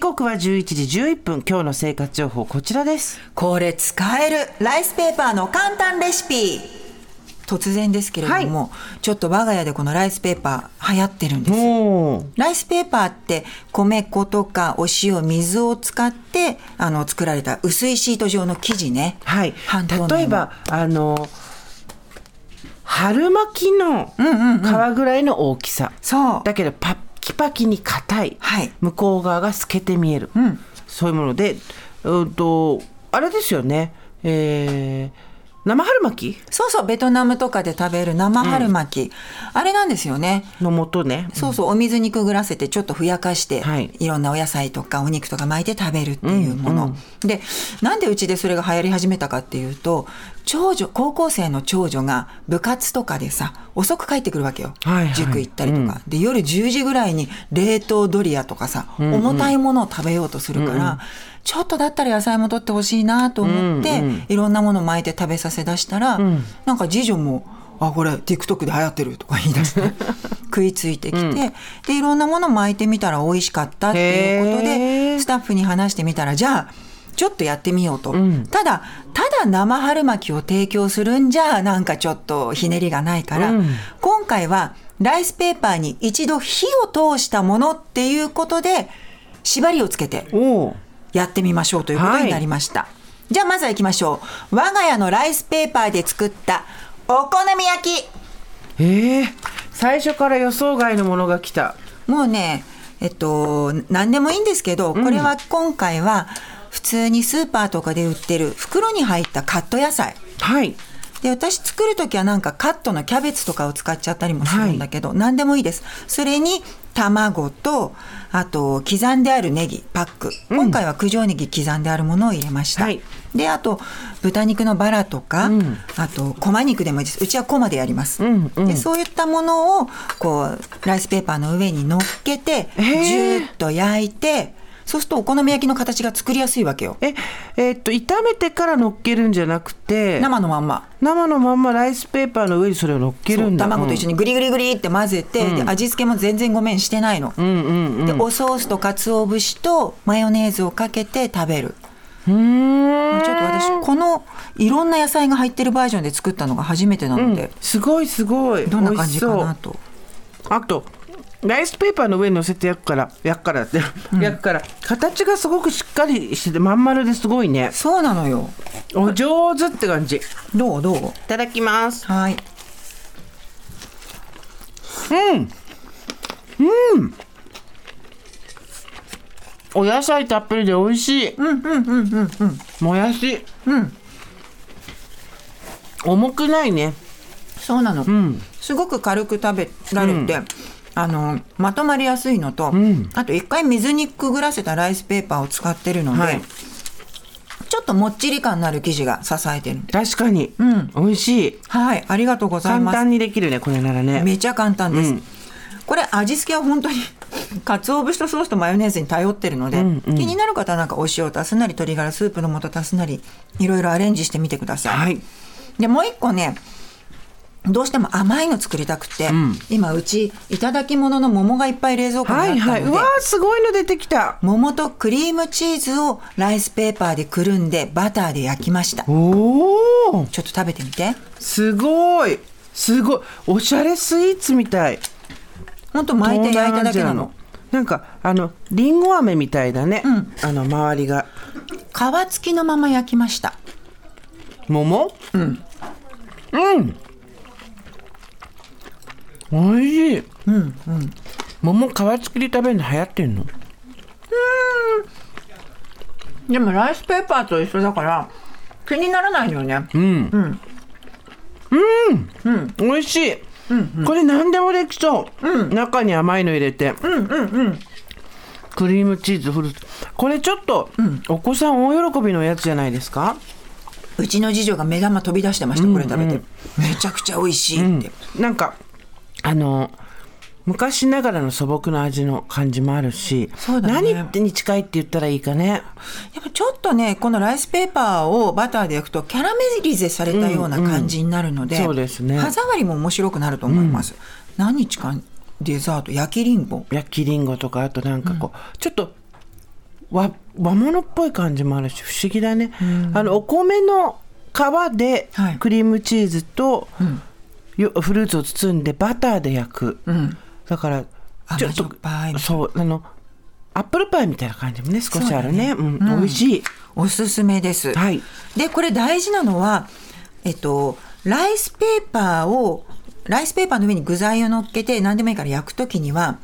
刻は11時11分今日の生活情報こちらですこれ使えるライスペーパーの簡単レシピ突然ですけれども、ちょっと我が家でこのライスペーパー流行ってるんですおライスペーパーって米粉とかお塩水を使ってあの作られた薄いシート状の生地ねはい半透明の例えばあの春巻きの皮ぐらいの大きさ、そうだけどパッキパキに硬い、はい向こう側が透けて見える、んそういうものでうんとあれですよねえー、生春巻きそうそうベトナムとかで食べる生春巻き、あれなんですよねの元ねそうそうお水にくぐらせてちょっとふやかして、はいい、ろんなお野菜とかお肉とか巻いて食べるっていうもの、でなんでうちでそれが流行り始めたかっていうと長女高校生の長女が部活とかでさ遅く帰ってくるわけよ、はいはい塾行ったりとか、で夜10時ぐらいに冷凍ドリアとかさ、重たいものを食べようとするから、ちょっとだったら野菜も取ってほしいなと思って、いろんなもの巻いて食べさせだしたら、なんか次女も「あこれ TikTok で流行ってる」とか言い出 して食いついてきて、でいろんなもの巻いてみたら美味しかったっていうこへとーでスタッフに話してみたらじゃあちょっとやってみようと、ただただ生春巻きを提供するんじゃなんかちょっとひねりがないから、今回はライスペーパーに一度火を通したものっていうことで縛りをつけておおやってみましょうということになりました、じゃあまずは行きましょう我が家のライスペーパーで作ったお好み焼きえー、最初から予想外のものが来たもうねえっと何でもいいんですけどこれは今回は普通にスーパーとかで売ってる袋に入ったカット野菜はいで私作る時はなんかカットのキャベツとかを使っちゃったりもするんだけど、何でもいいですそれに卵とあと刻んであるネギパック、今回は九条ネギ刻んであるものを入れました、はいであと豚肉のバラとか、あとこま肉でもいいですうちはこまでやります、んうんでそういったものをこうライスペーパーの上に乗っけてジへーューッと焼いてそうするとお好み焼きの形が作りやすいわけよええーっと炒めてから乗っけるんじゃなくて生のまんま生のまんまライスペーパーの上にそれを乗っけるんだそう卵と一緒にグリグリグリって混ぜて、で味付けも全然ごめんしてないの、うんうんうんでおソースと鰹節とマヨネーズをかけて食べるうーんちょっと私このいろんな野菜が入ってるバージョンで作ったのが初めてなので、すごいすごいどんな感じか美味なしとそうあとライスペーパーの上に乗せて焼くから焼くからって、焼くから形がすごくしっかりしててまん丸ですごいねそうなのよお上手って感じいどうどうただきますはいお野菜たっぷりで美味しい。うんうんうんうんうん。もやし。うん。重くないね。そうなの、すごく軽く食べられて、あのまとまりやすいのと、あと一回水にくぐらせたライスペーパーを使ってるので、はいちょっともっちり感のある生地が支えてる確かに。うん。美味しい。はい、ありがとうござい簡ます。単にできるね、これならね。めちゃ簡単です。うんこれ味付けは本当に 鰹節とソースとマヨネーズに頼ってるので、気になる方はなんかお塩を足すなり鶏ガラスープの素足すなりいろいろアレンジしてみてください。はい。でもう一個ねどうしても甘いの作りたくて、今うちいただき物の桃がいっぱい冷蔵庫にあはったいので、はい。うわー、すごいの出てきた。桃とクリームチーズをライスペーパーでくるんでバターで焼きましたちょおお。っと食べてみてすごい。すごい。おしゃれスイーツみたい。ほんと巻いて焼東いただけな南アジアの。なんか、あの、りんご飴みたいだね。んあの、周りが。皮付きのまま焼きました桃うんうんおいしいうんうん桃皮付きで食べるの流行ってんのでもライスペーパーと一緒だから気にならないよね、おいしい、これ何でもできそう、中に甘いの入れてうんうんうんクリームチーズフルーツこれちょっと、お子さん大喜びのやつじゃないですかうちの次女が目玉飛び出してました、これ食べてめちゃくちゃ美味しいって、なんかあの昔ながらの素朴な味の感じもあるし、そうだね何に近いって言ったらいいかねやっぱちょっとねこのライスペーパーをバターで焼くとキャラメリゼされたような感じになるので、うんうんそうですね歯触りも面白くなると思います、何日間デザート焼きりんご焼きりんごとかあとなんかこう、ちょっと和和物っぽい感じもあるし不思議だね、あのお米の皮ではいクリームチーズと、よフルーツを包んでバターで焼く、んだからちょ甘っじょっとぱいそうあのアップルパイみたいな感じもね少しあるねうそうだん、美味しいおすすめです。はいでこれ大事なのは、えっと、ライスペーパーをライスペーパーの上に具材を乗っけて何でもいいから焼くときには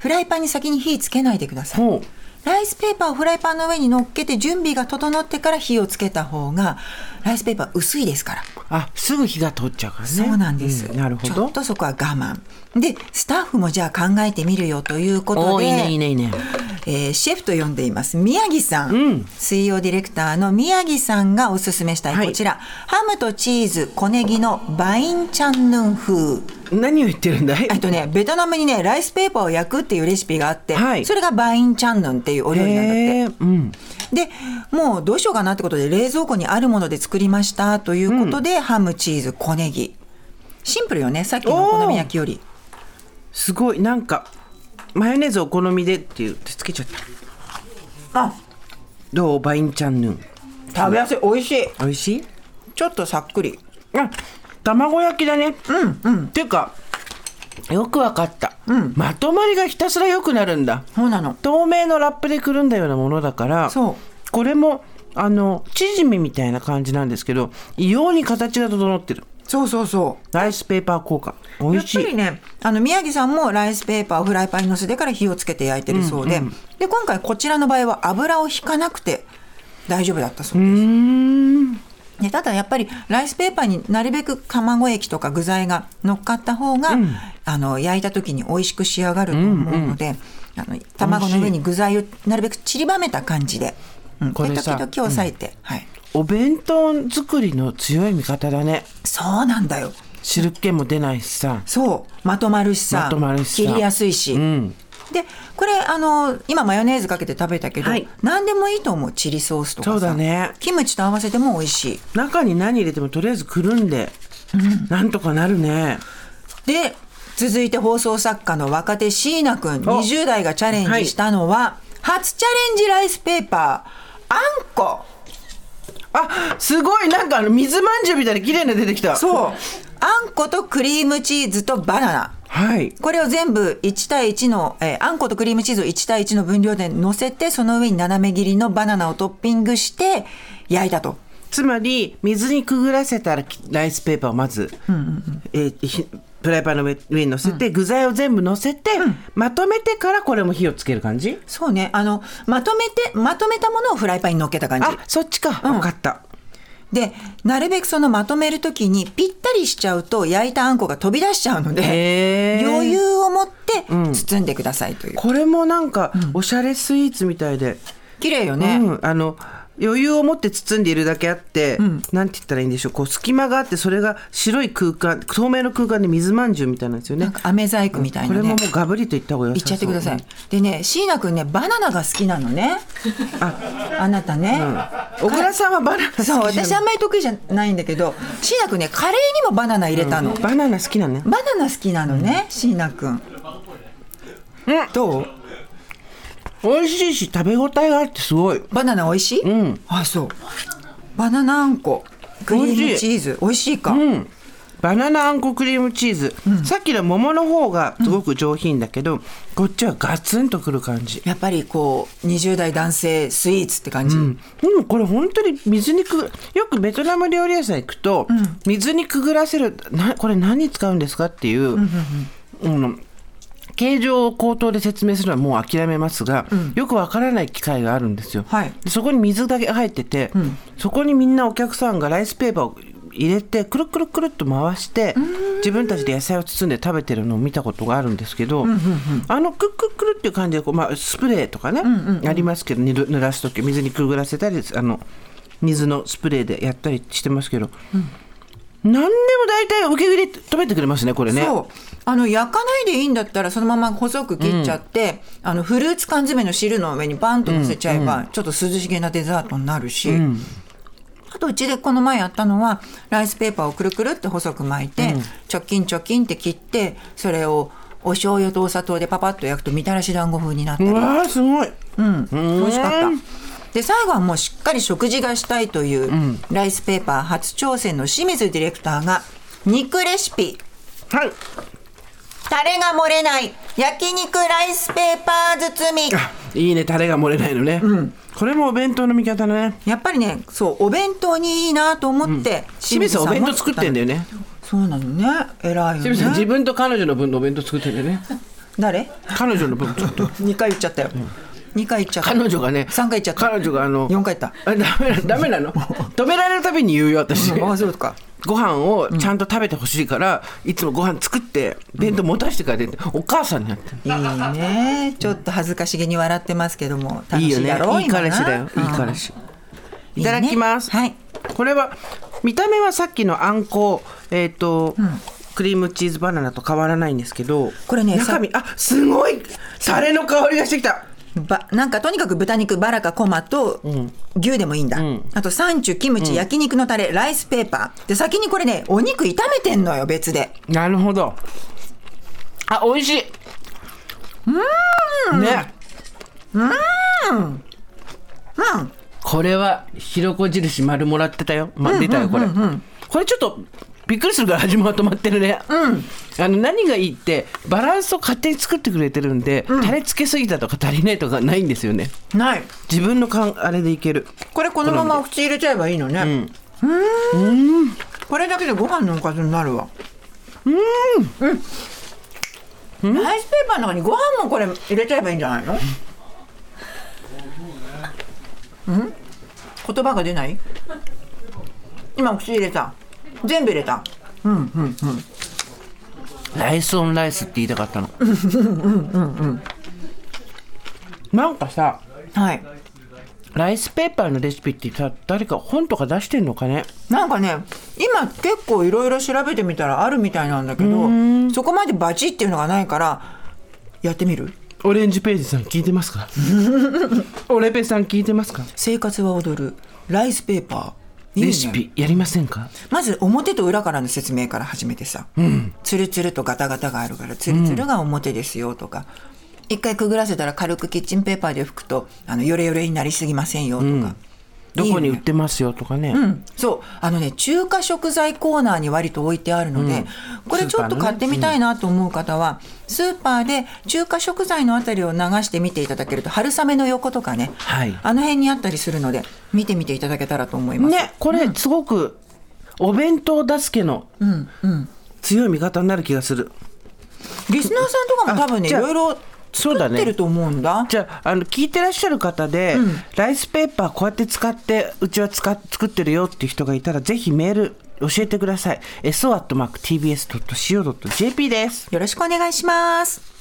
フライパンに先に火つけないでください。ほうライスペーパーをフライパンの上に乗っけて準備が整ってから火をつけた方がライスペーパー薄いですから。あすぐ火が通っちゃうからねそうなんです、うなるほちょどっとそこは我慢でスタッフもじゃあ考えてみるよということおーでいいねいいねいいねえーシェフと呼んでいます宮城さん、水曜ディレクターの宮城さんがおすすめしたい、はいこちらハムとチーズ小ネギのバインチャンヌン風何を言ってるんだいえっとねベトナムにねライスペーパーを焼くっていうレシピがあって、はいそれがバインチャンヌンっていうお料理なんだってへーうんでもうどうしようかなってことで冷蔵庫にあるもので作りましたということで、ハムチーズ小ネギシンプルよねさっきのお好み焼きよりすごいなんかマヨネーズお好みでっていうつけちゃったあどうバインチャンヌン食べやすい美味しい美味しいちょっとさっくりあ卵焼きだねうんうんていうかよくわかった、まとまりがひたすら良くなるんだそうなの透明のラップでくるんだようなものだからそうこれもあの縮みみたいな感じなんですけど異様に形が整ってるそうそうそうライスペーパー効果美やっ味しぱりいねあの宮城さんもライスペーパーをフライパンに乗せてから火をつけて焼いてるそうで,、で今回こちらの場合は油を引かなくて大丈夫だったそうです。でただやっぱりライスペーパーになるべく卵液とか具材が乗っかった方が、あの焼いた時に美味しく仕上がると思うので、あの卵の上に具材をなるべく散りばめた感じで、うん、これで時さ々押さえて、はい、お弁当作りの強い味方だねそうなんだよ汁気も出ないしさそうまとまるしさまとまるしさ切りやすいし、うんでこれあの今マヨネーズかけて食べたけど、はい何でもいいと思うチリソースとかさそうだねキムチと合わせても美味しい中に何入れてもとりあえずくるんで、なんとかなるねで続いて放送作家の若手椎名くん20代がチャレンジしたのは、初チャレンジライスペーパーあんこあすごいなんかあの水まんじゅうみたいに綺麗なの出てきたそうあんことクリームチーズとバナナはいこれを全部1対1の、えーあんことクリームチーズを1対1の分量で乗せてその上に斜め切りのバナナをトッピングして焼いたと。つまり水にくぐらせたらきライスペーパーをまず、えーひフライパンの上上に乗せて、具材を全部乗せて、まとめてからこれも火をつける感じそうね。あの、まとめて、まとめたものをフライパンに乗っけた感じ。あそっちか、分かったで、なるべくそのまとめるときにぴったりしちゃうと焼いたあんこが飛び出しちゃうのへで、ー余裕を持って包んでくださいという。これもなんかおしゃれスイーツみたいで、綺麗よね。うん、あの余裕を持って包んでいるだけあって、なんて言ったらいいんでしょうこう隙間があってそれが白い空間透明の空間で水まんじゅうみたいなんですよなねんか飴細工みたいこなれね。ももうガブリといった方がよいさっそうちゃってください。でね、椎名くんね、バナナが好きなのね。あなたね。小倉さんはバナナ好きじゃそう、ん私あんまり得意じゃないんだけど、椎名くんね、カレーにもバナナ入れたの。バナナ好きなのねバナナ好きなのね、椎名くん。どう美味しいし食べ応えがあってすごいバナナ美味しい、んあ、そう。バナナあんこ、クリームチーズ、美味しいか。うんバナナあんこクリームチーズ、さっきの桃の方がすごく上品だけど、こっちはガツンとくる感じやっぱりこう、20代男性スイーツって感じ。でもこれ本当に水にくよくベトナム料理屋さん行くと、水にくぐらせるなこれ何に使うんですかっていう、うん形状を口頭で説明するのはもう諦めますが、よくわからない機会があるんですよ、はいでそこに水だけ入ってて、そこにみんなお客さんがライスペーパーを入れてくるくるくるっと回して自分たちで野菜を包んで食べてるのを見たことがあるんですけど、あのくるくるくるっていう感じでこう、まあ、スプレーとかね、ありますけどぬる濡らす時水にくぐらせたりあの水のスプレーでやったりしてますけど、何でも大体受け入れ止めてくれますねこれね。そうあの焼かないでいいんだったらそのまま細く切っちゃって、あのフルーツ缶詰の汁の上にバンと乗せちゃえば、ちょっと涼しげなデザートになるし、あとうちでこの前やったのはライスペーパーをくるくるって細く巻いて、チョキンチョキンって切ってそれをお醤油とお砂糖でパパッと焼くとみたらし団子風になったうりわーすごいうん、美味しかった。で最後はもうしっかり食事がしたいという、ライスペーパー初挑戦の清水ディレクターが肉レシピはいタレが漏れない焼肉ライスペーパー包みあいいねタレが漏れないのね、これもお弁当の味方だねやっぱりねそうお弁当にいいなと思って、清水さんお弁当作ってんだよよねそうなのね偉い清水さんよ自ね分と彼女の分のお弁当作ってんだよね誰彼女の分ちょっと二回言っちゃったよ、二回言っちゃった彼女がね三回言っちゃった彼女があの四回言っあダメなダメなの止められるたびに言うよ私、た、うん、あそうかご飯をちゃんと食べてほしいから、いつもご飯作って弁当持たせてから出て、お母さんになってるいいねちょっと恥ずかしげに笑ってますけども楽いいしよいねだろういい彼氏だよい今いな彼氏うんいただきますいいねはいこれは見た目はさっきのあんこえっ、と、クリームチーズバナナと変わらないんですけどこれね中身あすごいタレの香りがしてきたばなんかとにかく豚肉バラかコマと牛でもいいんだ、あとサンチュキムチ、焼肉のタレライスペーパーで先にこれねお肉炒めてんのよ別でなるほどあ美味しいうんねうんこれはひろこ印丸もらってたよ、ま、出たよこれ、これちょっとびっくりするから味もまとまってるね、あの何がいいってバランスを勝手に作ってくれてるんで、タレつけすぎたとか足りないとかないんですよねない自分のかんあれでいけるこれこのままお口入れちゃえばいいのねうんんこれだけでご飯のおかずになるわうんうんライスペーパーの中にご飯もこれ入れちゃえばいいんじゃないのうん言葉が出ない今お口入れた全部入れたライスオンライスって言いたかったのなんかさはいライスペーパーのレシピってさ誰か本とか出してんのかねなんかね今結構いろいろ調べてみたらあるみたいなんだけどそこまでバチっていうのがないからやってみるオレンジページさん聞いてます かオレペさん聞いてますか生活は踊るライスペーパーいいねレシピやりませんかまず表と裏からの説明から始めてさ、ツルツルとガタガタがあるからツルツルが表ですよとか、一回くぐらせたら軽くキッチンペーパーで拭くとあのヨレヨレになりすぎませんよとか、どこに売っいいよねてますよとかねうんそうあのね中華食材コーナーに割と置いてあるので、これちょっと買ってみたいなと思う方はスーパーで中華食材のあたりを流して見ていただけると春雨の横とかね、はいあの辺にあったりするので見てみていただけたらと思います。ねこれすごくお弁当出すけの強い味方になる気がするリスナーさんとかも多分ねいあじゃあろいろそう作だっねてると思うんだじゃああの聞いてらっしゃる方で、ライスペーパーこうやって使ってうちは使っ作ってるよっていう人がいたらぜひメール教えてください s o t m a c t b s c o j p ですよろしくお願いします